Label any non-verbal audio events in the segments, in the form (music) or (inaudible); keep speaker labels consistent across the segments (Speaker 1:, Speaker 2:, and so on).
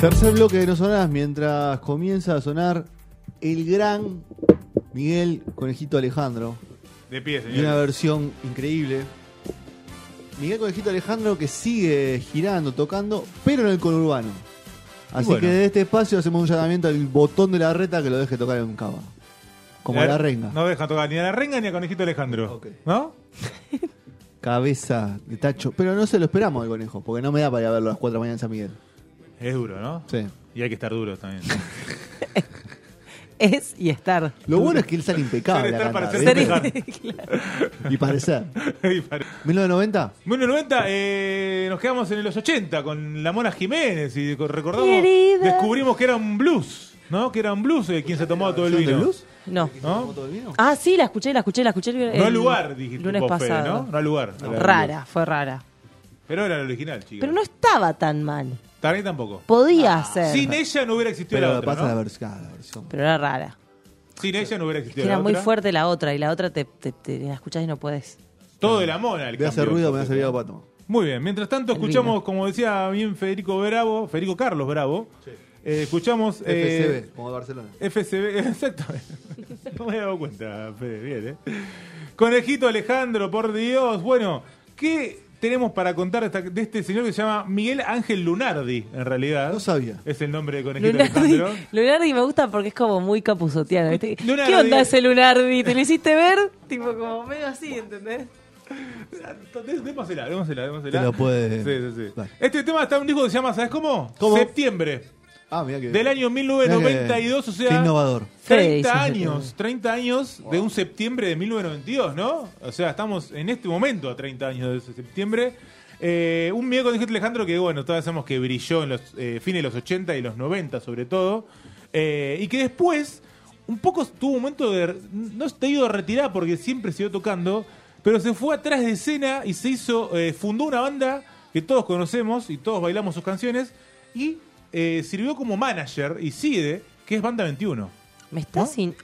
Speaker 1: Tercer bloque de No Sonoras mientras comienza a sonar el gran Miguel Conejito Alejandro.
Speaker 2: De pie,
Speaker 1: Y una
Speaker 2: señor.
Speaker 1: versión increíble. Miguel Conejito Alejandro que sigue girando, tocando, pero en el conurbano. Así
Speaker 2: Bueno.
Speaker 1: que de este espacio hacemos un llamamiento al botón de la reta que lo deje tocar en un cava. Como la, renga.
Speaker 2: No dejan tocar ni a la renga ni a Conejito Alejandro.
Speaker 1: Ok.
Speaker 2: ¿No?
Speaker 1: Cabeza de tacho. Pero no se lo esperamos al conejo, porque no me da para ir a verlo a las 4 de la mañana en San Miguel.
Speaker 2: Es duro, ¿no?
Speaker 1: Sí.
Speaker 2: Y hay que estar duro también. (laughs)
Speaker 3: Es y estar.
Speaker 1: Lo bueno es que él sale impecable.
Speaker 2: Ser
Speaker 1: a
Speaker 2: estar para este
Speaker 1: cantar,
Speaker 2: ser
Speaker 1: ¿viste?
Speaker 2: impecable.
Speaker 1: ¿eh? (laughs)
Speaker 3: (laughs)
Speaker 1: Y
Speaker 2: (laughs)
Speaker 1: parecer.
Speaker 2: Y para-
Speaker 1: 1990.
Speaker 2: Bueno, 90, eh, nos quedamos en los 80 con la Mona Jiménez y co- recordamos,
Speaker 3: Querida.
Speaker 2: descubrimos que era un blues, ¿no? Que era un blues eh, quien se tomaba todo el
Speaker 1: ¿Son de
Speaker 2: vino.
Speaker 1: blues?
Speaker 3: No.
Speaker 2: ¿No?
Speaker 3: Ah, sí, la escuché, la escuché, la escuché. el-
Speaker 2: No al lugar, dijiste.
Speaker 3: Lunes
Speaker 2: vos, Fede,
Speaker 3: pasado.
Speaker 2: ¿no? No al lugar. Era blues.
Speaker 3: Rara, fue rara.
Speaker 2: Pero era el original, chicos.
Speaker 3: Pero no estaba tan mal.
Speaker 2: Target tampoco.
Speaker 3: Podía
Speaker 2: Ah,
Speaker 3: ser.
Speaker 2: Sin ella no hubiera existido
Speaker 1: Pero
Speaker 2: la otra.
Speaker 1: pasa
Speaker 2: ¿no?
Speaker 1: la versión. ah, la versión.
Speaker 3: Pero era rara.
Speaker 2: Sin ella no hubiera existido
Speaker 3: Que era
Speaker 2: la
Speaker 3: muy
Speaker 2: otra.
Speaker 3: fuerte la otra y la otra te, te- te la escuchás y no puedes.
Speaker 2: Todo de la mona. El
Speaker 1: Le hace
Speaker 2: cambio.
Speaker 1: ruido, me ha servido para tomar.
Speaker 2: Muy bien, mientras tanto
Speaker 3: El
Speaker 2: escuchamos,
Speaker 3: vino.
Speaker 2: como decía bien Federico Bravo, Federico Carlos Bravo, eh, escuchamos... eh,
Speaker 1: FCB, como de Barcelona.
Speaker 2: (laughs) FCB, exacto. No me he dado cuenta, Fede, bien, ¿eh? Conejito Alejandro, por Dios. Bueno, ¿qué tenemos para contar de esta- de este señor que se llama Miguel Ángel Lunardi, en realidad?
Speaker 1: No sabía.
Speaker 2: Es el nombre de Conejito
Speaker 3: Lunardi,
Speaker 2: Alejandro.
Speaker 3: Lunardi me gusta porque es como muy capuzoteano. ¿viste?
Speaker 2: (laughs) Lunardi.
Speaker 3: ¿Qué onda ese Lunardi? ¿Te lo hiciste ver? Tipo como medio así, ¿entendés?
Speaker 2: Démosela, démosela, démosela.
Speaker 1: Te lo puede-
Speaker 2: Sí, sí, sí.
Speaker 1: Dale.
Speaker 2: Este tema está en un disco que se llama, ¿sabes cómo?
Speaker 1: ¿Cómo?
Speaker 2: Septiembre,
Speaker 1: Ah, mira que.
Speaker 2: del año 1992, o sea...
Speaker 1: Qué innovador.
Speaker 3: Fede
Speaker 2: 30
Speaker 3: hizo ese
Speaker 2: años, 30 años de un septiembre de 1992, ¿no? O sea, estamos en este momento a 30 años de ese septiembre. Eh, un miedo con dijiste Alejandro que, bueno, todos sabemos que brilló en los eh, fines de los 80 y los 90 sobre todo. Eh, y que después, un poco tuvo un momento de... No te ido a retirar porque siempre siguió tocando, pero se fue atrás de escena y se hizo... eh, fundó una banda que todos conocemos y todos bailamos sus canciones y eh, sirvió como manager y sigue, que es Banda 21.
Speaker 3: Me estás
Speaker 2: ¿No?
Speaker 3: sin.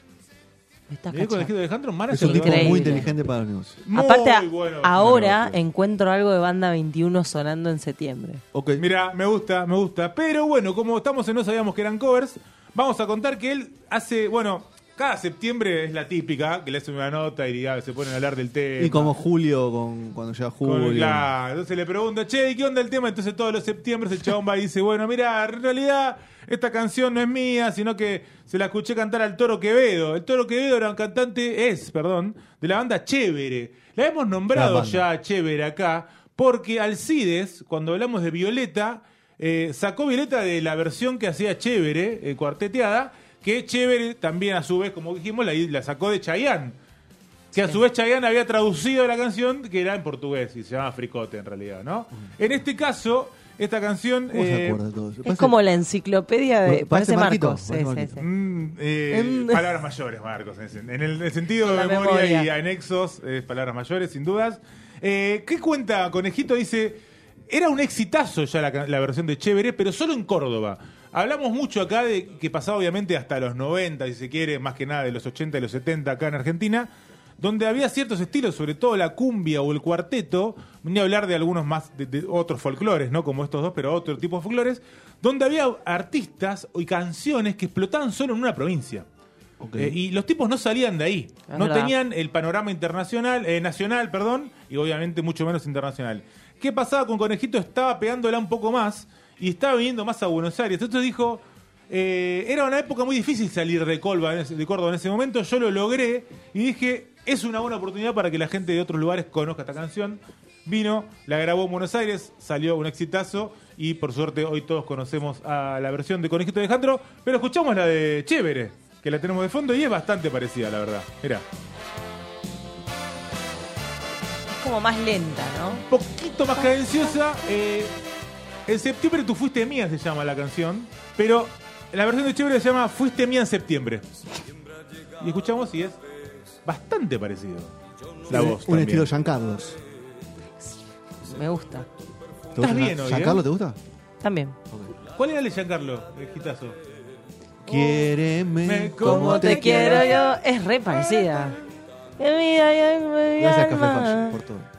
Speaker 3: Me estás
Speaker 2: Miguel
Speaker 3: cachando.
Speaker 2: Conejito Alejandro,
Speaker 1: Es
Speaker 2: manager
Speaker 1: un
Speaker 2: de
Speaker 1: tipo
Speaker 2: Banda
Speaker 1: muy
Speaker 3: Increíble.
Speaker 2: 21.
Speaker 1: inteligente para los negocios.
Speaker 2: Muy
Speaker 3: Aparte, a-
Speaker 2: bueno.
Speaker 3: ahora
Speaker 2: Bueno,
Speaker 3: encuentro algo de banda 21 sonando en septiembre.
Speaker 1: Ok.
Speaker 2: ok. Mira, me gusta, me gusta. Pero bueno, como estamos en No Sabíamos que eran covers, vamos a contar que él hace, bueno, cada septiembre es la típica, que le hacen una nota y ah, se ponen a hablar del tema.
Speaker 1: Y como Julio, con, cuando llega
Speaker 2: Con-
Speaker 1: Julio.
Speaker 2: claro, entonces le pregunta, che, ¿y qué onda el tema? Entonces todos los septiembre el chabón va y dice, bueno, mira, en realidad esta canción no es mía, sino que se la escuché cantar al Toro Quevedo. El Toro Quevedo era un cantante, es, perdón, de la banda Chévere. La hemos
Speaker 1: La
Speaker 2: nombrado
Speaker 1: banda.
Speaker 2: ya a Chévere acá, porque Alcides, cuando hablamos de Violeta, eh, sacó Violeta de la versión que hacía Chévere, eh, cuarteteada, que Chévere también a su vez, como dijimos, la, la sacó de Chayanne. Que a su vez Chayanne había traducido la canción que era en portugués y se llama Fricote en realidad, ¿no? En este caso, esta canción.
Speaker 1: ¿Cómo se
Speaker 2: eh,
Speaker 1: acuerda de todo eso?
Speaker 3: Es
Speaker 1: Parece-
Speaker 3: como la enciclopedia de.
Speaker 1: Parece
Speaker 3: Parece,
Speaker 1: Marquito,
Speaker 3: Marcos.
Speaker 1: parece
Speaker 3: sí, sí,
Speaker 1: Marquito.
Speaker 3: sí.
Speaker 2: mm, eh,
Speaker 3: En-
Speaker 2: palabras mayores, Marcos. En, ese- en el, en el sentido de
Speaker 3: La
Speaker 2: memoria,
Speaker 3: memoria.
Speaker 2: y anexos, es palabras mayores, sin dudas. Eh, ¿Qué cuenta Conejito? Dice. Era un exitazo ya la, ca- la versión de Chévere, pero solo en Córdoba. Hablamos mucho acá de que pasaba obviamente hasta los 90, si se quiere, más que nada de los 80 y los 70 acá en Argentina, donde había ciertos estilos, sobre todo la cumbia o el cuarteto, ni hablar de algunos más, de, de otros folclores, ¿no? Como estos dos, pero otro tipo de folclores, donde había artistas y canciones que explotaban solo en una provincia.
Speaker 1: Ok.
Speaker 2: Eh, y los tipos no salían de ahí.
Speaker 3: Es
Speaker 2: no
Speaker 3: verdad.
Speaker 2: tenían el panorama internacional, eh, nacional, perdón, y obviamente mucho menos internacional. ¿Qué pasaba con Conejito? Estaba pegándola un poco más y estaba viniendo más a Buenos Aires. Entonces dijo, eh, era una época muy difícil salir de, Colva, en ese- de Córdoba en ese momento. Yo lo logré y dije, es una buena oportunidad para que la gente de otros lugares conozca esta canción. Vino, la grabó en Buenos Aires, salió un exitazo y por suerte hoy todos conocemos a la versión de Conejito Alejandro, pero escuchamos la de Chévere, que la tenemos de fondo y es bastante parecida, la verdad. Mirá,
Speaker 3: Es como más lenta, ¿no?
Speaker 2: poquito más cadenciosa, eh, En septiembre tú fuiste mía, se llama la canción. Pero la versión de Chévere se llama Fuiste mía en septiembre. Y escuchamos y es bastante parecido. La voz.
Speaker 1: Un
Speaker 2: también.
Speaker 1: estilo Jean Carlos.
Speaker 3: Me gusta.
Speaker 1: ¿Te
Speaker 2: Estás bien hoy,
Speaker 1: Jean
Speaker 2: ¿eh?
Speaker 1: Carlos te gusta?
Speaker 3: También.
Speaker 2: ¿Cuál era el de Giancarlo, el hitazo?
Speaker 1: Quiéreme
Speaker 2: Me
Speaker 3: Como
Speaker 2: Como
Speaker 3: te
Speaker 2: te
Speaker 3: quiero
Speaker 2: quiero
Speaker 3: yo. Es re parecida. En mi alma, en mi
Speaker 1: Gracias, Café
Speaker 3: alma.
Speaker 1: Falle, por todo.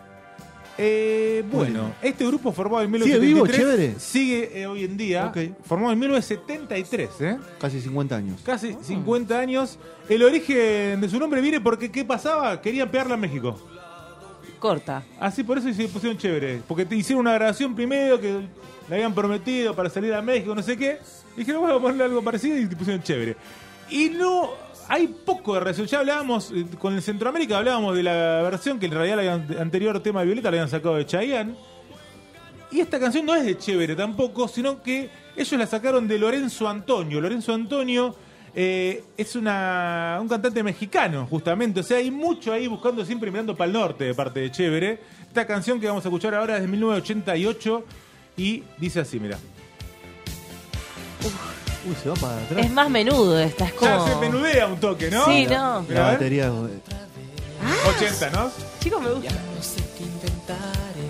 Speaker 2: Eh, bueno, este grupo formado en
Speaker 1: ¿Sigue vivo,
Speaker 2: 1973
Speaker 1: Chévere?
Speaker 2: sigue eh, hoy en día.
Speaker 1: Ok.
Speaker 2: Formado en 1973, ¿eh?
Speaker 1: Casi 50 años.
Speaker 2: casi 50 años. El origen de su nombre viene porque ¿qué pasaba? Querían pegarla a México.
Speaker 3: Corta.
Speaker 2: Así Ah, por eso se pusieron chévere. Porque te hicieron una grabación primero que le habían prometido para salir a México, no sé qué. Y dijeron, bueno, ponerle algo parecido y te pusieron chévere. Y no, hay poco de relación. Ya hablábamos, eh, con el Centroamérica hablábamos de la versión que en realidad el an- anterior tema de Violeta le habían sacado de Chayanne. Y esta canción no es de Chévere tampoco, sino que ellos la sacaron de Lorenzo Antonio. Lorenzo Antonio eh, es una, un cantante mexicano, justamente. O sea, hay mucho ahí buscando siempre mirando para el norte de parte de Chévere. Esta canción que vamos a escuchar ahora es de 1988 y dice así, mira.
Speaker 1: Uy, se va para atrás.
Speaker 3: Es más menudo esta. Es como.
Speaker 2: Ya se menudea un toque, ¿no?
Speaker 3: Sí, no.
Speaker 2: Mirá,
Speaker 1: La
Speaker 2: a ver.
Speaker 1: batería. eh,
Speaker 2: 80, ¿no?
Speaker 3: Chicos, me gusta.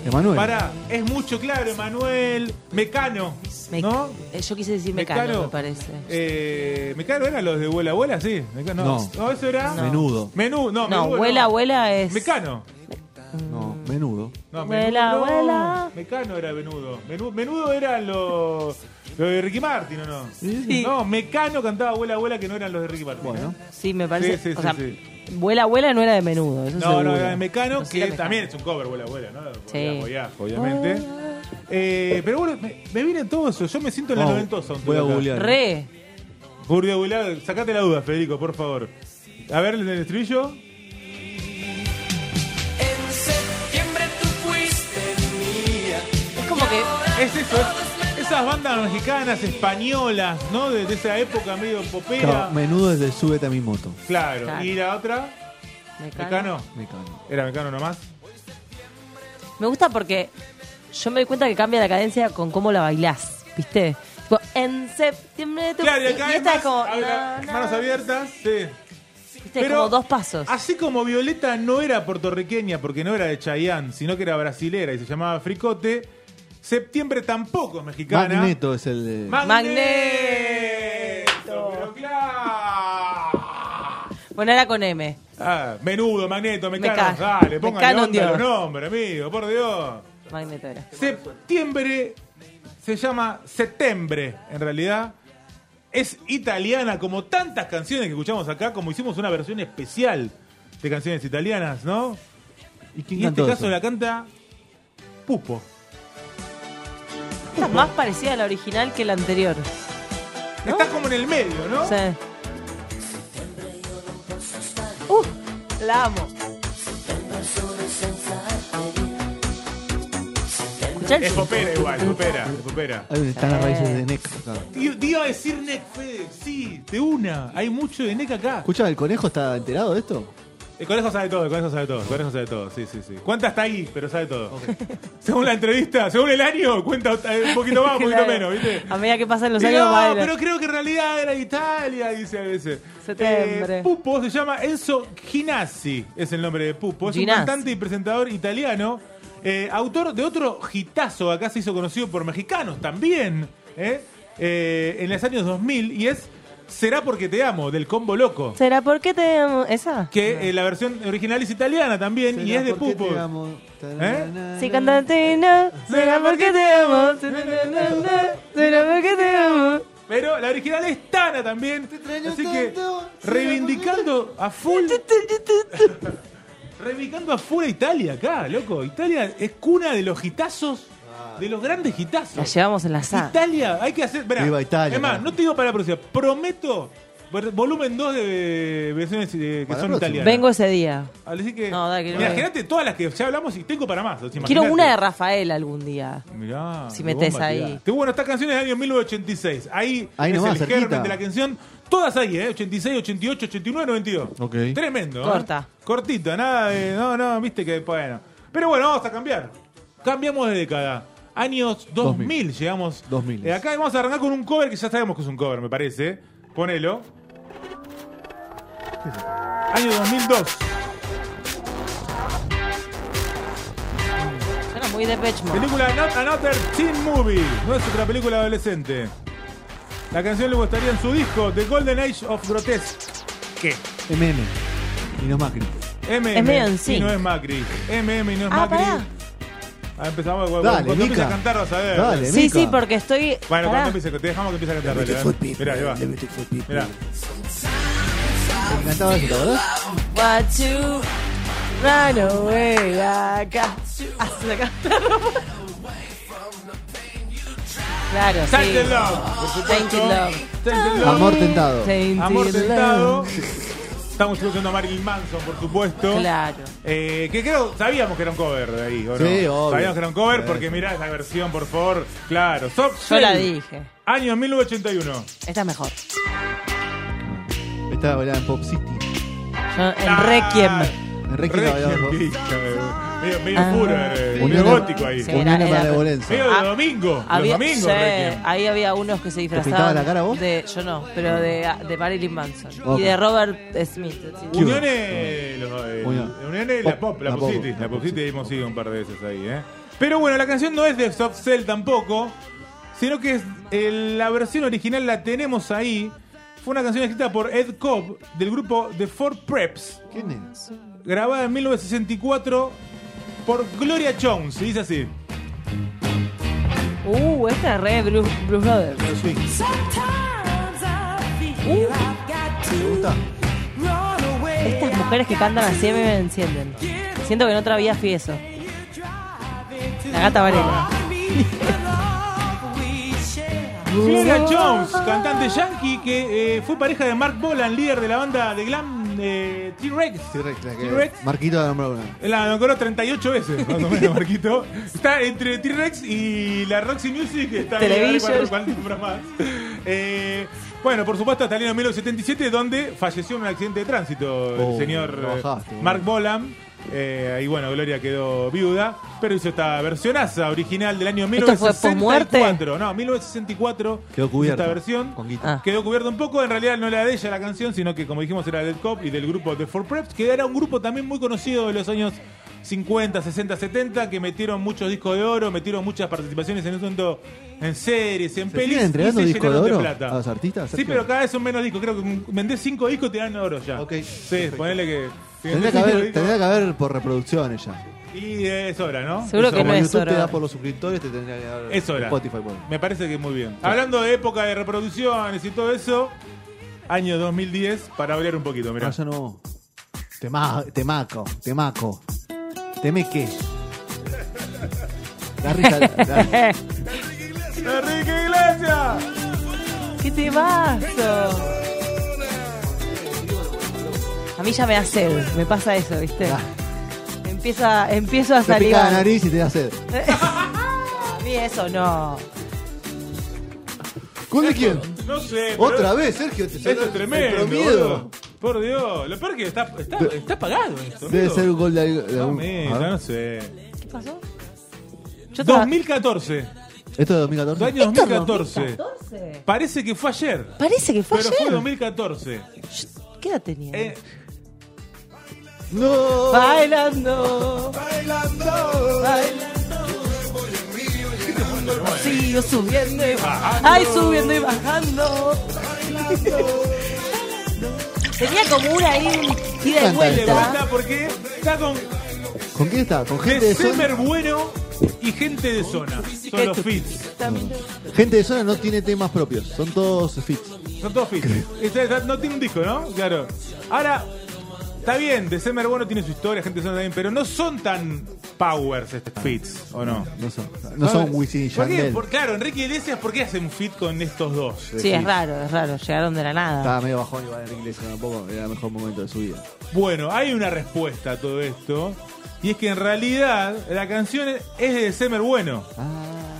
Speaker 1: Emanuel.
Speaker 2: Pará, es mucho claro, Emanuel. Mecano,
Speaker 3: Me-
Speaker 2: ¿no?
Speaker 3: eh, yo quise decir mecano, me parece.
Speaker 2: Eh, ¿Mecano eran los de Vuela Vuela? Sí. Mecano.
Speaker 1: No.
Speaker 2: eso era.
Speaker 3: No.
Speaker 1: Menudo.
Speaker 2: Menú, no,
Speaker 3: no,
Speaker 2: menudo
Speaker 3: vuela,
Speaker 2: no.
Speaker 3: vuela es.
Speaker 2: Mecano.
Speaker 1: No, menudo.
Speaker 2: No,
Speaker 3: Vuela,
Speaker 2: menudo.
Speaker 3: vuela.
Speaker 2: Mecano era menudo. Menu- menudo era lo, lo de Ricky Martin, ¿o no?
Speaker 3: Sí.
Speaker 2: No, Mecano cantaba Vuela, Vuela que no eran los de Ricky Martin.
Speaker 1: Bueno.
Speaker 2: ¿eh?
Speaker 3: Sí, me parece.
Speaker 2: Sí, sí,
Speaker 3: o
Speaker 2: sí,
Speaker 3: sea,
Speaker 2: sí.
Speaker 3: Vuela, vuela no era de menudo. Eso
Speaker 2: No, no,
Speaker 3: seguro.
Speaker 2: era de Mecano,
Speaker 3: No, sí
Speaker 2: que
Speaker 3: era Mecano.
Speaker 2: también es un cover, Vuela, Vuela, ¿no?
Speaker 3: Sí.
Speaker 2: Voyage, obviamente. Eh, pero bueno, me, me viene todo eso. Yo me siento en la
Speaker 1: Vamos,
Speaker 2: noventosa. un
Speaker 1: voy a
Speaker 2: toque acá.
Speaker 1: googlear.
Speaker 3: Re.
Speaker 2: Burda Bulá, sacate la duda, Federico, por favor. A ver el del estribillo.
Speaker 3: Es como que.
Speaker 2: Es eso, es- esas bandas mexicanas, españolas, ¿no? De, de esa época medio popera.
Speaker 1: Claro, menudo es de Súbete a mi moto.
Speaker 2: Claro.
Speaker 3: Claro.
Speaker 2: Y la otra,
Speaker 3: Mecano.
Speaker 2: Mecano.
Speaker 1: Me cago.
Speaker 2: Era Mecano nomás.
Speaker 3: Me gusta porque yo me doy cuenta que cambia la cadencia con cómo la bailás, ¿viste? Tipo, en septiembre tú.
Speaker 2: Claro, y
Speaker 3: y
Speaker 2: acá
Speaker 3: y
Speaker 2: hay
Speaker 3: esta
Speaker 2: más,
Speaker 3: es como.
Speaker 2: habla-
Speaker 3: na, na,
Speaker 2: manos abiertas. Ah. Sí.
Speaker 3: ¿viste? como dos pasos.
Speaker 2: Así como Violeta no era puertorriqueña porque no era de Chayanne, sino que era brasilera y se llamaba Fricote, Septiembre tampoco es mexicana.
Speaker 1: Magneto es el de.
Speaker 2: Magneto. Pero claro.
Speaker 3: Bueno, era con M.
Speaker 2: Ah, menudo, Magneto, Mecano,
Speaker 3: Mecano.
Speaker 2: dale, póngale
Speaker 3: Mecano,
Speaker 2: onda a los
Speaker 3: Dios.
Speaker 2: nombres, amigo, por Dios.
Speaker 3: Magneto era.
Speaker 2: Septiembre se llama Septiembre, en realidad. Es italiana, como tantas canciones que escuchamos acá, como hicimos una versión especial de canciones italianas, ¿no?
Speaker 1: ¿Y quién
Speaker 2: Y en este
Speaker 1: cantó
Speaker 2: caso
Speaker 1: eso?
Speaker 2: la canta Pupo.
Speaker 3: Esta es más parecida a la original que la anterior.
Speaker 2: Está como en el medio, ¿no?
Speaker 3: O sea. Uh, la amo. Escuchá el
Speaker 2: Es
Speaker 3: sonido. (laughs)
Speaker 2: popera igual, popera, es popera.
Speaker 1: Ahí están las
Speaker 3: Sí.
Speaker 1: raíces de Neck. acá.
Speaker 2: Tío, te iba a decir Nick Fede, sí, de una. Hay mucho de Nick acá.
Speaker 1: Escucha, ¿el conejo está enterado de esto?
Speaker 2: El conejo Eh, sabe todo, el conejo sabe todo, el conejo sabe todo, sí, sí, sí. Cuenta hasta ahí, pero sabe todo. (laughs) según la entrevista, según el año, cuenta eh, un poquito más, un poquito
Speaker 3: (laughs) Claro.
Speaker 2: menos, ¿viste?
Speaker 3: A medida que pasan los
Speaker 2: Y
Speaker 3: años,
Speaker 2: no,
Speaker 3: va a ir-
Speaker 2: pero creo que en realidad era Italia, dice a veces.
Speaker 3: Septiembre.
Speaker 2: Eh, Pupo se llama Enzo Ginazzi, es el nombre de Pupo. Es un
Speaker 3: Ginazzi.
Speaker 2: cantante y presentador italiano, eh, autor de otro hitazo, acá se hizo conocido por mexicanos también, ¿eh? Eh, en los años 2000, y es Será porque te amo, del combo loco.
Speaker 3: ¿Será por qué te amo? ¿Esa?
Speaker 2: Que eh, la versión original es italiana también y es de Pupo. ¿Eh?
Speaker 3: Si cantatina, será porque te amo. Será porque te amo.
Speaker 2: Pero la original es Tana también. Así que reivindicando a full, reivindicando a full a Italia acá, loco. Italia es cuna de los gitazos, de los grandes
Speaker 3: La
Speaker 2: gitazos.
Speaker 3: llevamos en la sala.
Speaker 2: Italia, hay que hacer. verá,
Speaker 1: Viva Italia,
Speaker 2: Es más,
Speaker 1: carajo.
Speaker 2: no te digo para la próxima, prometo vol- volumen 2 de versiones eh, que
Speaker 1: Para la
Speaker 2: son
Speaker 1: próxima.
Speaker 2: italianas.
Speaker 3: Vengo ese día.
Speaker 2: Así que.
Speaker 3: No, dale, que no me-
Speaker 2: Imagínate todas las que ya hablamos y tengo para más. o sea,
Speaker 3: Quiero
Speaker 2: imaginate.
Speaker 3: una de Rafael algún día.
Speaker 2: Mirá.
Speaker 3: Si
Speaker 2: qué
Speaker 3: metés
Speaker 2: bomba
Speaker 3: ahí.
Speaker 2: tirá. Qué bueno, estas canciones del año 1986. Ahí,
Speaker 1: Ahí
Speaker 2: es
Speaker 1: nomás,
Speaker 2: el
Speaker 1: cerquita.
Speaker 2: germen de la canción. Todas ahí, ¿eh? 86, 88, 89, 92.
Speaker 1: Ok.
Speaker 2: Tremendo. ¿eh?
Speaker 3: Corta.
Speaker 2: Cortita, nada de. No, no, viste que. Bueno. Pero bueno, vamos a cambiar. Cambiamos de década. años 2000,
Speaker 1: 2000.
Speaker 2: llegamos.
Speaker 1: 2000.
Speaker 2: Eh, acá vamos a arrancar con un cover que ya sabemos que es un cover, me parece. Ponelo. Año 2002.
Speaker 3: Suena muy de Pechmo.
Speaker 2: Película Not Another Teen Movie. No es otra película adolescente. La canción luego estaría en su disco The Golden Age of Grotesque. ¿Qué?
Speaker 1: MM. Y no Macri.
Speaker 2: MM.
Speaker 3: Es medio en
Speaker 2: y
Speaker 3: sync.
Speaker 2: no es Macri. MM y no es
Speaker 3: Ah,
Speaker 2: Macri.
Speaker 3: pará.
Speaker 2: Ah, empezamos igual.
Speaker 1: Dale,
Speaker 2: cuando empiece
Speaker 1: Mica.
Speaker 2: a cantar vas a ver.
Speaker 1: Dale.
Speaker 3: Sí,
Speaker 1: Mica.
Speaker 3: sí, porque estoy.
Speaker 2: Bueno,
Speaker 3: pará.
Speaker 2: cuando empiece, te dejamos que empiece a cantar. Dale, dale. Mirá, ahí va. Mirá.
Speaker 1: Me encantaba eso, ¿te acordás?
Speaker 3: What you run away acá. Hasta acá. Claro, sí.
Speaker 2: Tainted Love, por
Speaker 3: Tainted
Speaker 2: supuesto.
Speaker 3: Love.
Speaker 2: Tainted Love.
Speaker 1: Amor tentado.
Speaker 3: Tainted
Speaker 2: Amor tentado.
Speaker 3: Love.
Speaker 2: Estamos produciendo a Marilyn Manson, por supuesto.
Speaker 3: Claro.
Speaker 2: Eh, que creo, sabíamos que era un cover de ahí, ¿o no?
Speaker 1: Sí, obvio.
Speaker 2: Sabíamos que era un cover
Speaker 1: Sí.
Speaker 2: porque mirá esa versión, por favor. Claro. Soft
Speaker 3: Yo la
Speaker 2: Cell,
Speaker 3: dije.
Speaker 2: Año 1981.
Speaker 3: Esta es mejor.
Speaker 1: Estaba bailando en Pop City.
Speaker 3: Yo en
Speaker 2: Ah,
Speaker 3: Requiem.
Speaker 1: En Requiem la bailaba en Pop
Speaker 2: Requiem.
Speaker 1: City.
Speaker 2: hija de- Medio, medio
Speaker 3: Ah.
Speaker 2: puro, eh,
Speaker 1: Unión
Speaker 2: medio
Speaker 1: de-
Speaker 2: gótico ahí.
Speaker 3: Sí.
Speaker 1: Unión
Speaker 3: Era-
Speaker 1: para
Speaker 3: era-
Speaker 1: Bolense.
Speaker 2: Medio de
Speaker 3: Ah,
Speaker 2: domingo. los
Speaker 3: Había-
Speaker 2: domingos,
Speaker 3: sí,
Speaker 2: Requiem.
Speaker 3: ahí había unos que se
Speaker 1: pintaba
Speaker 3: disfrazaban.
Speaker 1: la cara vos?
Speaker 3: De, yo no, pero de, de Marilyn Manson.
Speaker 1: Ok.
Speaker 3: Y de Robert Smith. sí.
Speaker 1: ¿Qué hubo?
Speaker 2: Unión es los- eh,
Speaker 1: Unión.
Speaker 2: Unión es la
Speaker 1: Pop,
Speaker 2: pop, la
Speaker 1: la
Speaker 2: pop
Speaker 1: pop.
Speaker 2: city. La pop city hemos ido un par de veces ahí, ¿eh? Pero bueno, la canción no es de Soft Cell tampoco, sino que es eh, la versión original la tenemos ahí. Fue una canción escrita por Ed Cobb del grupo The Four Preps,
Speaker 1: ¿Quién es?
Speaker 2: grabada en 1964 por Gloria Jones. Se dice así.
Speaker 3: Uh, esta es re Bruce, Bruce Brothers.
Speaker 1: Los Swings. ¿Te gusta?
Speaker 3: Estas mujeres que cantan así a mí me encienden. Siento que en otra vida fui eso. La gata Varela. (laughs)
Speaker 2: Gloria Jones, cantante yankee que eh, fue pareja de Mark Bolan, líder de la banda de glam eh, T-Rex.
Speaker 1: T-Rex, la que-
Speaker 2: T-Rex.
Speaker 1: Marquito de la nombró una.
Speaker 2: La nombró 38 veces, más o
Speaker 1: (laughs)
Speaker 2: menos, Marquito. Está entre T-Rex y la Roxy Music. Está ahí, a ver
Speaker 3: Television.
Speaker 2: cuál- cuál nombra más. Eh, bueno, por supuesto, hasta el año 1977, donde falleció en un accidente de tránsito el
Speaker 1: Oh,
Speaker 2: señor
Speaker 1: lo
Speaker 2: eh,
Speaker 1: bajaste, boludo.
Speaker 2: Mark Bolam. Eh, y bueno, Gloria quedó viuda, pero hizo esta versionaza original del año
Speaker 3: ¿Esto fue
Speaker 2: 1964. No, 1964.
Speaker 1: Quedó
Speaker 2: hizo
Speaker 1: cubierto.
Speaker 2: Esta versión.
Speaker 1: Con guita.
Speaker 3: Ah.
Speaker 2: Quedó cubierto un poco, en realidad no era de ella la canción, sino que como dijimos era del Cop y del grupo The Four Preps, que era un grupo también muy conocido de los años 50, 60, 70, que metieron muchos discos de oro, metieron muchas participaciones en ese momento en series, en
Speaker 1: ¿Se
Speaker 2: pelis,
Speaker 1: siguen entregando
Speaker 2: y se
Speaker 1: discos
Speaker 2: llenaron
Speaker 1: de
Speaker 2: de
Speaker 1: oro
Speaker 2: plata.
Speaker 1: a los artistas?
Speaker 2: Sí,
Speaker 1: Sergio?
Speaker 2: pero cada vez son menos discos, creo que vendés 5 discos y te dan oro ya.
Speaker 1: Ok,
Speaker 2: Sí,
Speaker 1: perfecto.
Speaker 2: ponele que... si
Speaker 1: Tendría que
Speaker 2: vendés cinco (laughs)
Speaker 1: haber,
Speaker 2: discos-
Speaker 1: tendría que haber por reproducciones ya.
Speaker 2: Y eh, es hora, ¿no?
Speaker 3: Seguro
Speaker 2: Es hora.
Speaker 3: que
Speaker 1: Como
Speaker 3: no es
Speaker 1: YouTube
Speaker 3: hora.
Speaker 1: te da por los suscriptores, te tendría que dar
Speaker 2: Es hora.
Speaker 1: Spotify. por-
Speaker 2: Me parece que muy bien. Hablando de época de reproducciones y todo eso, año 2010, para hablar un poquito, mirá.
Speaker 1: No, ya no. Te, ma te maco, te maco. Te meque. La risa.
Speaker 3: (laughs)
Speaker 1: la-
Speaker 2: ¡Enrique Iglesias!
Speaker 3: ¿Qué te pasa? A mí ya me da sed, me pasa eso, ¿viste?
Speaker 1: la-
Speaker 3: Empieza, empiezo a
Speaker 1: Ah. te pica la
Speaker 3: salivar.
Speaker 1: nariz y te da sed.
Speaker 3: (laughs) A mí eso no.
Speaker 1: ¿Con de quién?
Speaker 2: No sé. pero
Speaker 1: Otra vez, Sergio. Te
Speaker 2: Esto es tremendo.
Speaker 1: Pero miedo.
Speaker 2: boludo. Por Dios. Lo peor que está, está, está pagado esto.
Speaker 1: Debe
Speaker 2: amigo.
Speaker 1: ser un Ah. gol de algo- de
Speaker 2: No,
Speaker 1: algún.
Speaker 2: me-
Speaker 1: a ver.
Speaker 2: no sé.
Speaker 3: ¿Qué pasó? Yo tra-
Speaker 2: 2014.
Speaker 1: ¿Esto es
Speaker 2: Do-
Speaker 1: 2014?
Speaker 2: Año
Speaker 3: ¿Esto es
Speaker 2: 2014.
Speaker 3: 2014?
Speaker 2: Parece que fue ayer.
Speaker 3: Parece que fue
Speaker 2: Pero fue
Speaker 3: ayer.
Speaker 2: 2014.
Speaker 3: Sh- ¿Qué edad tenía?
Speaker 2: Eh,
Speaker 1: ¡No!
Speaker 3: Bailando. Bailando. Sigo subiendo y bajando. Ay, subiendo y bajando. Tenía como una ahí un ida y
Speaker 1: Canta,
Speaker 2: de
Speaker 3: vuelta.
Speaker 2: vuelta porque está con
Speaker 1: ¿Con quién está? ¿Con gente de
Speaker 2: December
Speaker 1: zona?
Speaker 2: Bueno y gente de zona. Son los fits.
Speaker 1: Gente de zona no tiene temas propios, son todos fits.
Speaker 2: Son todos fits. Esa- esa- No tiene un disco, ¿no? Claro. Ahora, está bien, December Bueno tiene su historia, gente de zona también, pero no son tan powers estos fits, ¿o no?
Speaker 1: No son, no son Wisin y
Speaker 2: ¿Por qué?
Speaker 1: Yandel.
Speaker 2: Por- claro, Enrique Iglesias, ¿por qué hace un fit con estos dos?
Speaker 3: Sí, es raro, es raro. Llegaron de la nada.
Speaker 1: Estaba medio bajón igual en inglés tampoco, era el mejor momento de su vida.
Speaker 2: Bueno, hay una respuesta a todo esto. Y es que en realidad la canción es de December Bueno.
Speaker 1: Ah.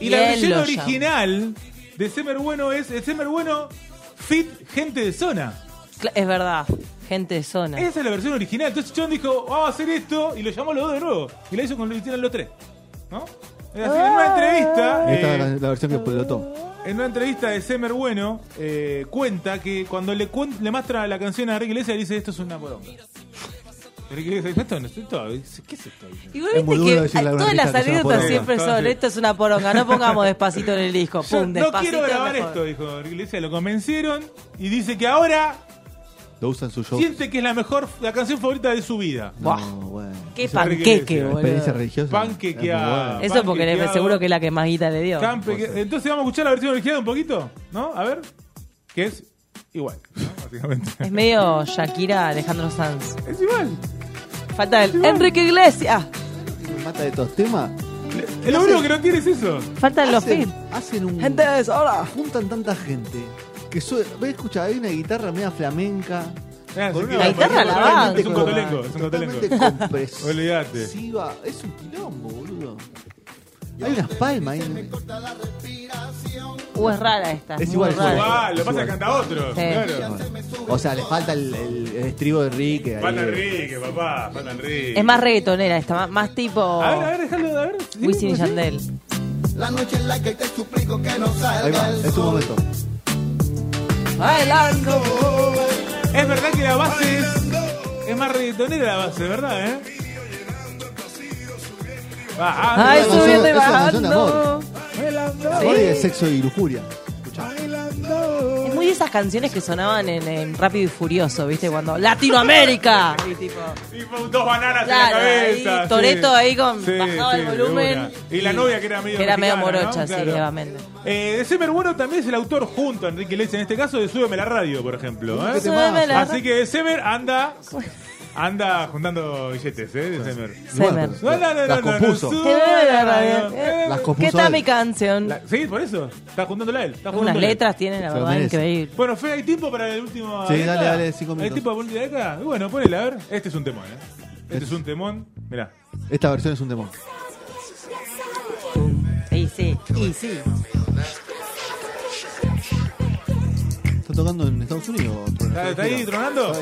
Speaker 2: Y la
Speaker 3: Bien,
Speaker 2: versión
Speaker 3: Loya.
Speaker 2: original de December Bueno es December Bueno Fit Gente de Zona.
Speaker 3: Cla- Es verdad. Gente de zona.
Speaker 2: Esa es la versión "Ah, original. Entonces John dijo, vamos a hacer esto, y lo llamó a los dos de nuevo. Y la hizo con lo hicieron los tres. ¿No? En una
Speaker 1: Esta
Speaker 2: entrevista. eh,
Speaker 1: es la, la versión que explotó.
Speaker 2: En una entrevista de Semer Bueno, eh, cuenta que cuando le, cuen- le muestra la canción a Enrique Iglesias, le dice: Esto es una poronga. Enrique Iglesias dice: Esto no es esto. Dice, ¿Qué es esto?
Speaker 3: Igual
Speaker 1: Es muy
Speaker 3: viste
Speaker 1: duro
Speaker 3: que
Speaker 1: decirle a
Speaker 3: a-
Speaker 1: una
Speaker 3: todas las
Speaker 1: artista que es una
Speaker 3: anécdotas
Speaker 1: poronga.
Speaker 3: siempre son,
Speaker 2: Entonces-
Speaker 3: esto es una poronga, no pongamos despacito en el disco.
Speaker 2: Yo
Speaker 3: Pum,
Speaker 2: no
Speaker 3: despacito
Speaker 2: quiero
Speaker 3: es
Speaker 2: grabar
Speaker 3: mejor.
Speaker 2: esto, dijo Enrique Iglesias. Lo convencieron y dice que ahora
Speaker 1: Lo usa en su show.
Speaker 2: siente que es la mejor, la canción favorita de su vida.
Speaker 1: No,
Speaker 3: Buah.
Speaker 1: bueno.
Speaker 3: Qué
Speaker 2: Eso es lo que
Speaker 3: panqueque,
Speaker 2: quería decir.
Speaker 1: Experiencia
Speaker 3: boludo.
Speaker 1: religiosa.
Speaker 2: Panquequeada.
Speaker 1: Es muy buena.
Speaker 3: Eso porque le-
Speaker 2: Panquequeado.
Speaker 3: seguro que es la que más guita le dio.
Speaker 2: Campe- que- entonces vamos a escuchar la versión original un poquito, ¿no? A ver, que es igual, ¿no? Básicamente.
Speaker 3: (laughs) Es medio Shakira Alejandro Sanz.
Speaker 2: Es igual.
Speaker 3: Falta el Enrique Iglesias.
Speaker 1: Me mata de estos temas.
Speaker 2: Eh, Lo único que no tiene es eso.
Speaker 3: Faltan
Speaker 2: Ah,
Speaker 3: los pibes.
Speaker 1: Hacen, hacen un.
Speaker 3: hola.
Speaker 1: Juntan tanta gente. Que suena. Ve, escucha, hay una guitarra media flamenca.
Speaker 2: Con
Speaker 1: una
Speaker 2: Ah, una-
Speaker 3: guitarra la banca.
Speaker 2: Es un cotolengo, es un cotolengo.
Speaker 1: Totalmente
Speaker 2: (laughs)
Speaker 1: compresiva.
Speaker 2: Olvídate.
Speaker 1: Es un quilombo, boludo. Hay unas palmas ahí.
Speaker 3: Uh, es rara esta.
Speaker 1: Es
Speaker 3: muy
Speaker 1: igual, es
Speaker 3: rara.
Speaker 1: igual.
Speaker 2: Ah, lo pasa que canta otro. Claro.
Speaker 1: O sea, le falta el, el- el estribo de Enrique. ahí.
Speaker 2: Falta Enrique, papá. Falta Enrique.
Speaker 3: Es más reggaetonera esta, más, más tipo
Speaker 2: A ver, a ver, déjalo, a ver.
Speaker 3: Wisin y Yandel.
Speaker 4: La noche en la que te suplico que no salga
Speaker 1: Ahí va,
Speaker 4: el
Speaker 1: es tu
Speaker 4: sol.
Speaker 1: momento.
Speaker 3: Bailando.
Speaker 2: Es verdad que la base es. Es más reggaetonera la base, ¿verdad, eh? Ah, ah,
Speaker 3: Ay,
Speaker 1: Eso es
Speaker 3: subiendo y
Speaker 1: una canción de
Speaker 3: bajando.
Speaker 1: amor.
Speaker 2: bailando,
Speaker 1: Amor y de sexo y lujuria.
Speaker 2: bailando.
Speaker 3: Es muy de esas canciones que sonaban en, en Rápido y Furioso, ¿viste? Cuando ¡Latinoamérica! Y tipo,
Speaker 2: Y fue dos bananas
Speaker 3: Claro,
Speaker 2: en la cabeza.
Speaker 3: ahí, Toretto ahí con- bajado el
Speaker 2: de
Speaker 3: volumen.
Speaker 2: una. Y la
Speaker 3: Y-
Speaker 2: novia que era medio.
Speaker 3: que era medio
Speaker 2: mexicana,
Speaker 3: morocha,
Speaker 2: ¿no?
Speaker 3: sí,
Speaker 2: Claro.
Speaker 3: Eva Méndez.
Speaker 2: Eh, de Semer Bueno también es el autor junto a Enrique Iglesias, en este caso de Súbeme la Radio, por ejemplo. ¿eh?
Speaker 1: ¿Qué te
Speaker 3: Súbeme la
Speaker 2: Así que Semer anda. Anda juntando billetes, ¿eh? De Semer.
Speaker 1: Y bueno,
Speaker 3: Semer.
Speaker 1: pero las compuso.
Speaker 2: no,
Speaker 3: Súbeme la radio.
Speaker 2: Eh,
Speaker 1: Las compuso
Speaker 3: ¿Qué tal
Speaker 1: él.
Speaker 3: mi canción?
Speaker 2: la- sí, por eso. Está juntándola él. Está
Speaker 3: Unas
Speaker 2: juntándola él.
Speaker 3: letras tiene, la
Speaker 1: Se lo
Speaker 3: verdad,
Speaker 1: merece.
Speaker 3: increíble.
Speaker 2: Bueno, Fede, ¿hay tiempo para el último?
Speaker 1: Sí, dale, dale, cinco minutos.
Speaker 2: ¿Hay tiempo para el último de acá? Y Bueno, ponele, a ver. Este es un temón, ¿eh? Este es un temón. Mirá.
Speaker 1: Esta versión es un temón.
Speaker 3: Y sí, y sí.
Speaker 1: Está tocando en Estados Unidos.
Speaker 2: ¿Está, está ahí tronando?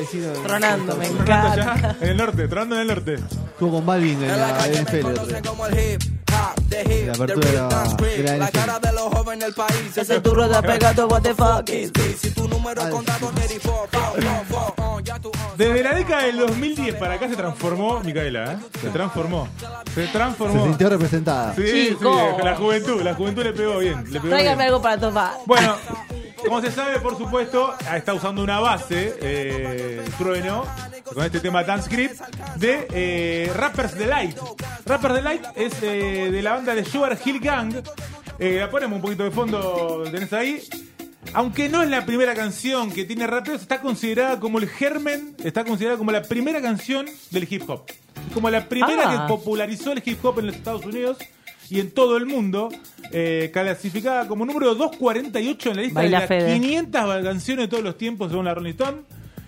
Speaker 3: Tronando, me
Speaker 2: Tronando ya.
Speaker 3: encanta.
Speaker 2: En el norte, tronando en el norte.
Speaker 1: Estuvo con Balvin en
Speaker 5: En la
Speaker 1: la
Speaker 5: calle me
Speaker 1: NFL. el otro día.
Speaker 5: conocen como el hip hop, the hip,
Speaker 1: La
Speaker 5: the
Speaker 1: apertura de la-
Speaker 5: rhythm script.
Speaker 1: de la
Speaker 5: La
Speaker 1: NFL.
Speaker 5: cara de los jóvenes del país. Ese
Speaker 3: Ese
Speaker 5: es tu
Speaker 3: turro está pegado, what the fuck is
Speaker 5: is
Speaker 3: this?
Speaker 5: this. Si tu número
Speaker 1: Ah,
Speaker 5: es contado, 34, four, four, four, on, ya tú on.
Speaker 2: Desde la década del 2010 para acá se transformó Micaela, ¿eh? Se transformó. Se transformó.
Speaker 1: Se sintió representada.
Speaker 2: Sí, sí,
Speaker 3: Chico.
Speaker 2: la juventud, la juventud le pegó bien. Le pegó
Speaker 3: Tráigame
Speaker 2: bien.
Speaker 3: algo para tomar.
Speaker 2: Bueno, como se sabe, por supuesto, está usando una base, eh, Trueno, con este tema Transcript, de eh, Rappers Delight. Rappers Delight es eh, de la banda de Sugar Hill Gang. Eh, la ponemos un poquito de fondo, tenés ahí. Aunque no es la primera canción que tiene raperos, está considerada como el germen, está considerada como la primera canción del hip hop. Como la primera
Speaker 3: Ah.
Speaker 2: que popularizó el hip hop en los Estados Unidos y en todo el mundo, eh, clasificada como número 248 en la lista
Speaker 3: Baila
Speaker 2: de las
Speaker 3: Fede.
Speaker 2: 500 canciones de todos los tiempos según la Rolling Stone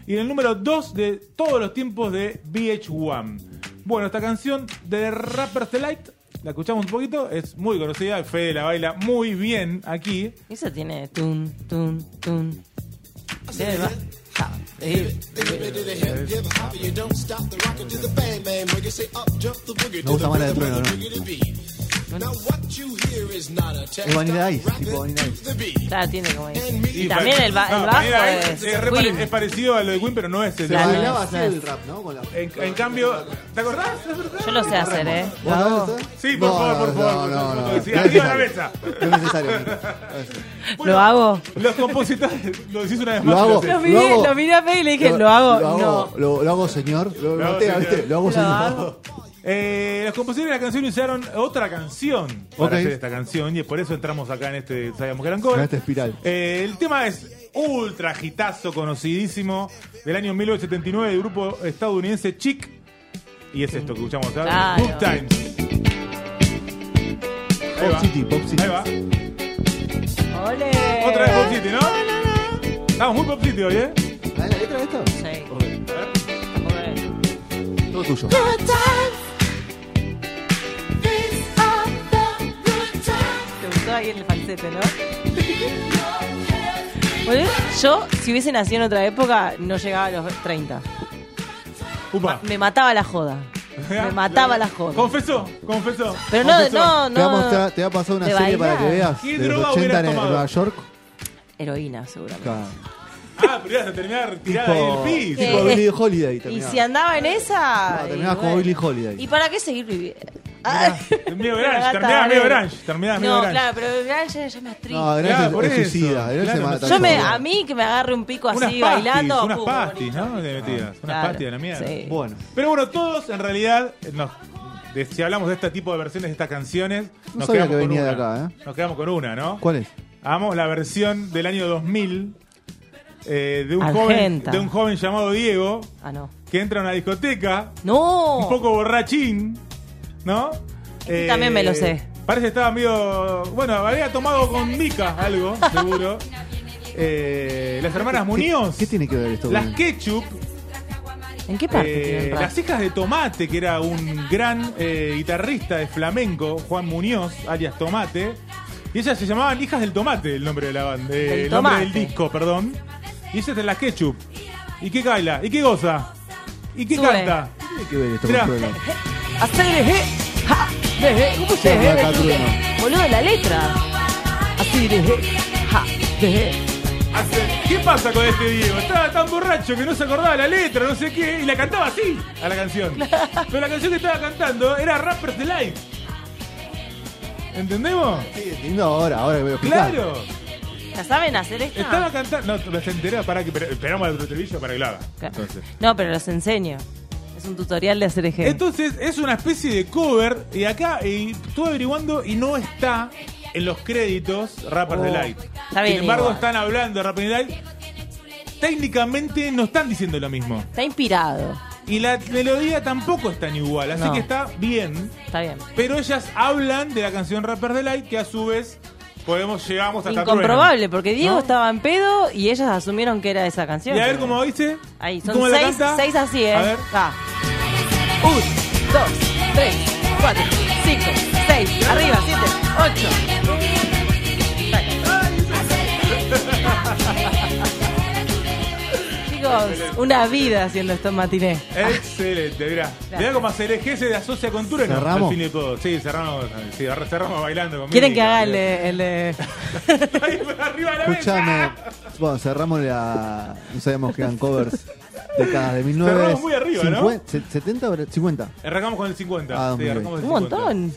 Speaker 2: y en el número 2 de todos los tiempos de VH1. Bueno, esta canción de Rapper's Delight, la escuchamos un poquito, es muy conocida, Fede la baila muy bien aquí.
Speaker 3: Eso tiene tun, tun, tun. Tiene más- Ah, sí.
Speaker 1: Me gusta más la de Trueno, ¿no? Es Vanilla Ice, tipo Vanilla Ice.
Speaker 3: Claro, tiene como eso.
Speaker 2: Y
Speaker 3: Y también el, ba-
Speaker 2: no,
Speaker 3: el
Speaker 2: también
Speaker 3: bajo
Speaker 2: Ah, ahí eh, es,
Speaker 3: es,
Speaker 2: re pare-
Speaker 3: Queen.
Speaker 2: es parecido a lo de Queen, pero no es el
Speaker 1: Se
Speaker 2: de
Speaker 3: Claro.
Speaker 2: Queen.
Speaker 1: bailaba así el rap, ¿no? Con la...
Speaker 2: En, en cambio, ¿te acordás? ¿Es verdad?
Speaker 3: Yo lo sé hacer, ¿eh?
Speaker 1: ¿Vos sabés eso?
Speaker 2: Sí, por
Speaker 1: No,
Speaker 2: favor, por
Speaker 1: no,
Speaker 2: favor,
Speaker 1: No, no,
Speaker 2: por
Speaker 1: no.
Speaker 2: favor. Sí,
Speaker 1: No es
Speaker 2: arriba la
Speaker 1: necesario.
Speaker 2: mesa.
Speaker 1: No es necesario. Nico.
Speaker 3: ¿Lo hago?
Speaker 2: Los compositores, lo decís una vez más.
Speaker 1: Lo hago.
Speaker 2: sé.
Speaker 3: Lo
Speaker 1: Lo
Speaker 3: miré,
Speaker 1: hago.
Speaker 3: lo miré a Fede (laughs) y le dije, ¿lo hago?
Speaker 1: Lo
Speaker 3: No.
Speaker 1: hago, lo, lo hago señor. Lo,
Speaker 2: Lo hago,
Speaker 1: ¿viste?
Speaker 2: señor.
Speaker 1: ¿Viste? Lo hago,
Speaker 3: Lo
Speaker 1: señor.
Speaker 3: hago.
Speaker 2: Eh, los compositores de la canción usaron otra canción para
Speaker 1: Ok.
Speaker 2: hacer esta canción y por eso entramos acá en este Sabíamos que eran covers.
Speaker 1: En esta espiral.
Speaker 2: Eh, el tema es ultra hitazo, conocidísimo, del año 1979 del grupo estadounidense Chic. Y es esto que escuchamos acá.
Speaker 3: Claro.
Speaker 2: Good Times. Ahí
Speaker 1: Pop
Speaker 2: va.
Speaker 1: City, Pop City.
Speaker 2: Ahí va.
Speaker 3: ¡Ole!
Speaker 2: Otra vez Pop City, ¿no? Estamos muy Pop City hoy, ¿eh?
Speaker 1: ¿Sabés la letra de esto?
Speaker 3: Sí.
Speaker 1: Ok,
Speaker 3: Ole.
Speaker 1: Todo tuyo.
Speaker 3: Te gustó ahí el falsete, ¿no? (laughs) Bueno, yo, si hubiese nacido en otra época, no llegaba a los 30.
Speaker 2: Upa.
Speaker 3: Ah, Me mataba la joda. Me mataba las jodas.
Speaker 2: Confesó, confesó.
Speaker 3: Pero no,
Speaker 2: confesó.
Speaker 3: no,
Speaker 1: Te, va a mostrar-
Speaker 3: no.
Speaker 1: te va a pasar una
Speaker 3: De
Speaker 1: serie para que
Speaker 3: bailar.
Speaker 1: veas.
Speaker 2: ¿Qué
Speaker 1: De los 80
Speaker 2: droga
Speaker 1: en
Speaker 2: hubieras tomado?
Speaker 1: Nueva York.
Speaker 3: Heroína, seguramente.
Speaker 1: Claro.
Speaker 2: Ah, pero ibas a terminar tirada
Speaker 1: Tipo,
Speaker 2: ahí del
Speaker 1: tipo
Speaker 2: piso.
Speaker 3: Sí.
Speaker 1: Billie Holiday.
Speaker 3: Eh, Y
Speaker 1: terminaba.
Speaker 3: si andaba en esa.
Speaker 1: No,
Speaker 3: y
Speaker 1: terminabas como Billie Holiday.
Speaker 3: ¿Y para qué seguir viviendo? Ah. (laughs)
Speaker 2: Medio
Speaker 3: Una
Speaker 2: grunge,
Speaker 3: gata
Speaker 2: terminaba medio
Speaker 3: arena.
Speaker 2: grunge, terminaba medio
Speaker 3: No,
Speaker 2: grunge.
Speaker 3: claro, pero el grunge ya, ya me atriz.
Speaker 1: No, Grunge
Speaker 2: Claro,
Speaker 1: es-
Speaker 2: por
Speaker 1: es
Speaker 2: eso.
Speaker 1: suicida. Grunge
Speaker 2: Claro,
Speaker 1: se mata
Speaker 2: no-
Speaker 3: Yo me,
Speaker 1: todo.
Speaker 3: a mí que me agarre un pico así
Speaker 2: Unas pastis,
Speaker 3: bailando.
Speaker 2: unas
Speaker 3: pum,
Speaker 2: pastis,
Speaker 3: bonito.
Speaker 2: ¿no? Te metías, unas
Speaker 3: Claro,
Speaker 2: pastis de la mierda.
Speaker 3: sí.
Speaker 1: Bueno.
Speaker 2: Pero bueno, todos en realidad, nos, de- si hablamos de este tipo de versiones de estas canciones,
Speaker 1: No
Speaker 2: nos
Speaker 1: sabía
Speaker 2: quedamos
Speaker 1: que
Speaker 2: con
Speaker 1: venía de
Speaker 2: una.
Speaker 1: acá, ¿eh?
Speaker 2: Nos quedamos con una, ¿no?
Speaker 1: ¿Cuál es?
Speaker 2: Hagamos la versión del año 2000 eh, de, un joven,
Speaker 3: Argenta.
Speaker 2: de un joven llamado Diego
Speaker 3: Ah, no.
Speaker 2: que entra a una discoteca
Speaker 3: No.
Speaker 2: un poco borrachín, ¿no? Eh,
Speaker 3: Este también me lo sé.
Speaker 2: Parece que estaba medio. Bueno, había tomado con Mica algo, seguro. Eh, las hermanas Muñoz.
Speaker 1: ¿Qué tiene que ver esto?
Speaker 2: Las
Speaker 1: con-
Speaker 2: Ketchup.
Speaker 3: ¿En qué parte
Speaker 2: eh,
Speaker 3: tienen
Speaker 2: las
Speaker 3: rap?
Speaker 2: hijas de Tomate, que era un gran eh, guitarrista de flamenco, Juan Muñoz, alias Tomate. Y ellas se llamaban Hijas del Tomate, el nombre de la banda. eh,
Speaker 3: Del
Speaker 2: el nombre del
Speaker 3: Tomate.
Speaker 2: disco, perdón. Y ellas de las Ketchup. ¿Y qué baila? ¿Y qué goza? ¿Y qué
Speaker 3: Sube.
Speaker 2: canta?
Speaker 1: ¿Qué tiene que ver esto?
Speaker 2: Mirá.
Speaker 1: Con Trueno?
Speaker 3: Hacerle je, ja, de je, ¿cómo se
Speaker 1: Sí,
Speaker 3: ve?
Speaker 1: acá trueno.
Speaker 3: Boludo, la letra. Así de je, ja, de je.
Speaker 2: Hace- ¿Qué pasa con este Diego? Estaba tan borracho que no se acordaba la letra, no sé qué, y la cantaba así a la
Speaker 3: (laughs)
Speaker 2: canción. Pero la canción que estaba cantando era Rappers Delight. ¿Entendemos?
Speaker 1: Sí, entiendo ahora, ahora que me lo explicás.
Speaker 2: Claro.
Speaker 3: ¿La saben hacer esta?
Speaker 2: Estaba cantando. No, se enteré, para que pero- esperamos al otro estribillo para que lo haga.
Speaker 3: Claro.
Speaker 2: Entonces.
Speaker 3: No, pero los enseño. Es un tutorial de hacer eje.
Speaker 2: Entonces es una especie de cover y acá eh, estuve averiguando y no está en los créditos Rappers
Speaker 3: Oh,
Speaker 2: Delight.
Speaker 3: está bien
Speaker 2: Sin embargo,
Speaker 3: igual.
Speaker 2: están hablando de Rappers Delight. Técnicamente no están diciendo lo mismo.
Speaker 3: Está inspirado.
Speaker 2: Y la melodía tampoco es tan igual, así
Speaker 3: No.
Speaker 2: que está bien.
Speaker 3: Está bien.
Speaker 2: Pero ellas hablan de la canción Rapper Delight, que a su vez podemos llegamos hasta
Speaker 3: Incomprobable,
Speaker 2: Trueno.
Speaker 3: porque Diego
Speaker 2: ¿No?
Speaker 3: estaba en pedo y ellas asumieron que era esa canción.
Speaker 2: Y a ver cómo dice.
Speaker 3: Ahí, son
Speaker 2: ¿Cómo la
Speaker 3: seis,
Speaker 2: canta?
Speaker 3: seis así, ¿eh?
Speaker 2: A ver.
Speaker 3: Va. Un, dos, tres, cuatro, cinco, seis, arriba, siete, ocho.
Speaker 2: (laughs)
Speaker 3: Dale. Chicos, una vida haciendo estos matinés.
Speaker 2: Excelente, mirá. Mirá cómo hacer eje se asocia con Trueno.
Speaker 1: ¿Cerramos?
Speaker 2: Al fin y todo. Sí, cerramos, sí, cerramos bailando con
Speaker 3: ¿Quieren que
Speaker 2: Mica.
Speaker 3: haga el, el, eh,
Speaker 2: (laughs) Ahí, arriba de la
Speaker 1: Escuchame.
Speaker 2: mesa.
Speaker 1: (laughs) Bueno, cerramos la. No sabemos que eran covers. Décadas de 19.
Speaker 2: Cerramos muy arriba, ¿no?
Speaker 1: 50, se- 70, o 50.
Speaker 2: Arrancamos con el 50.
Speaker 1: Ah,
Speaker 2: sí,
Speaker 1: muy bien.
Speaker 2: arrancamos con el
Speaker 3: Un montón.
Speaker 2: 50.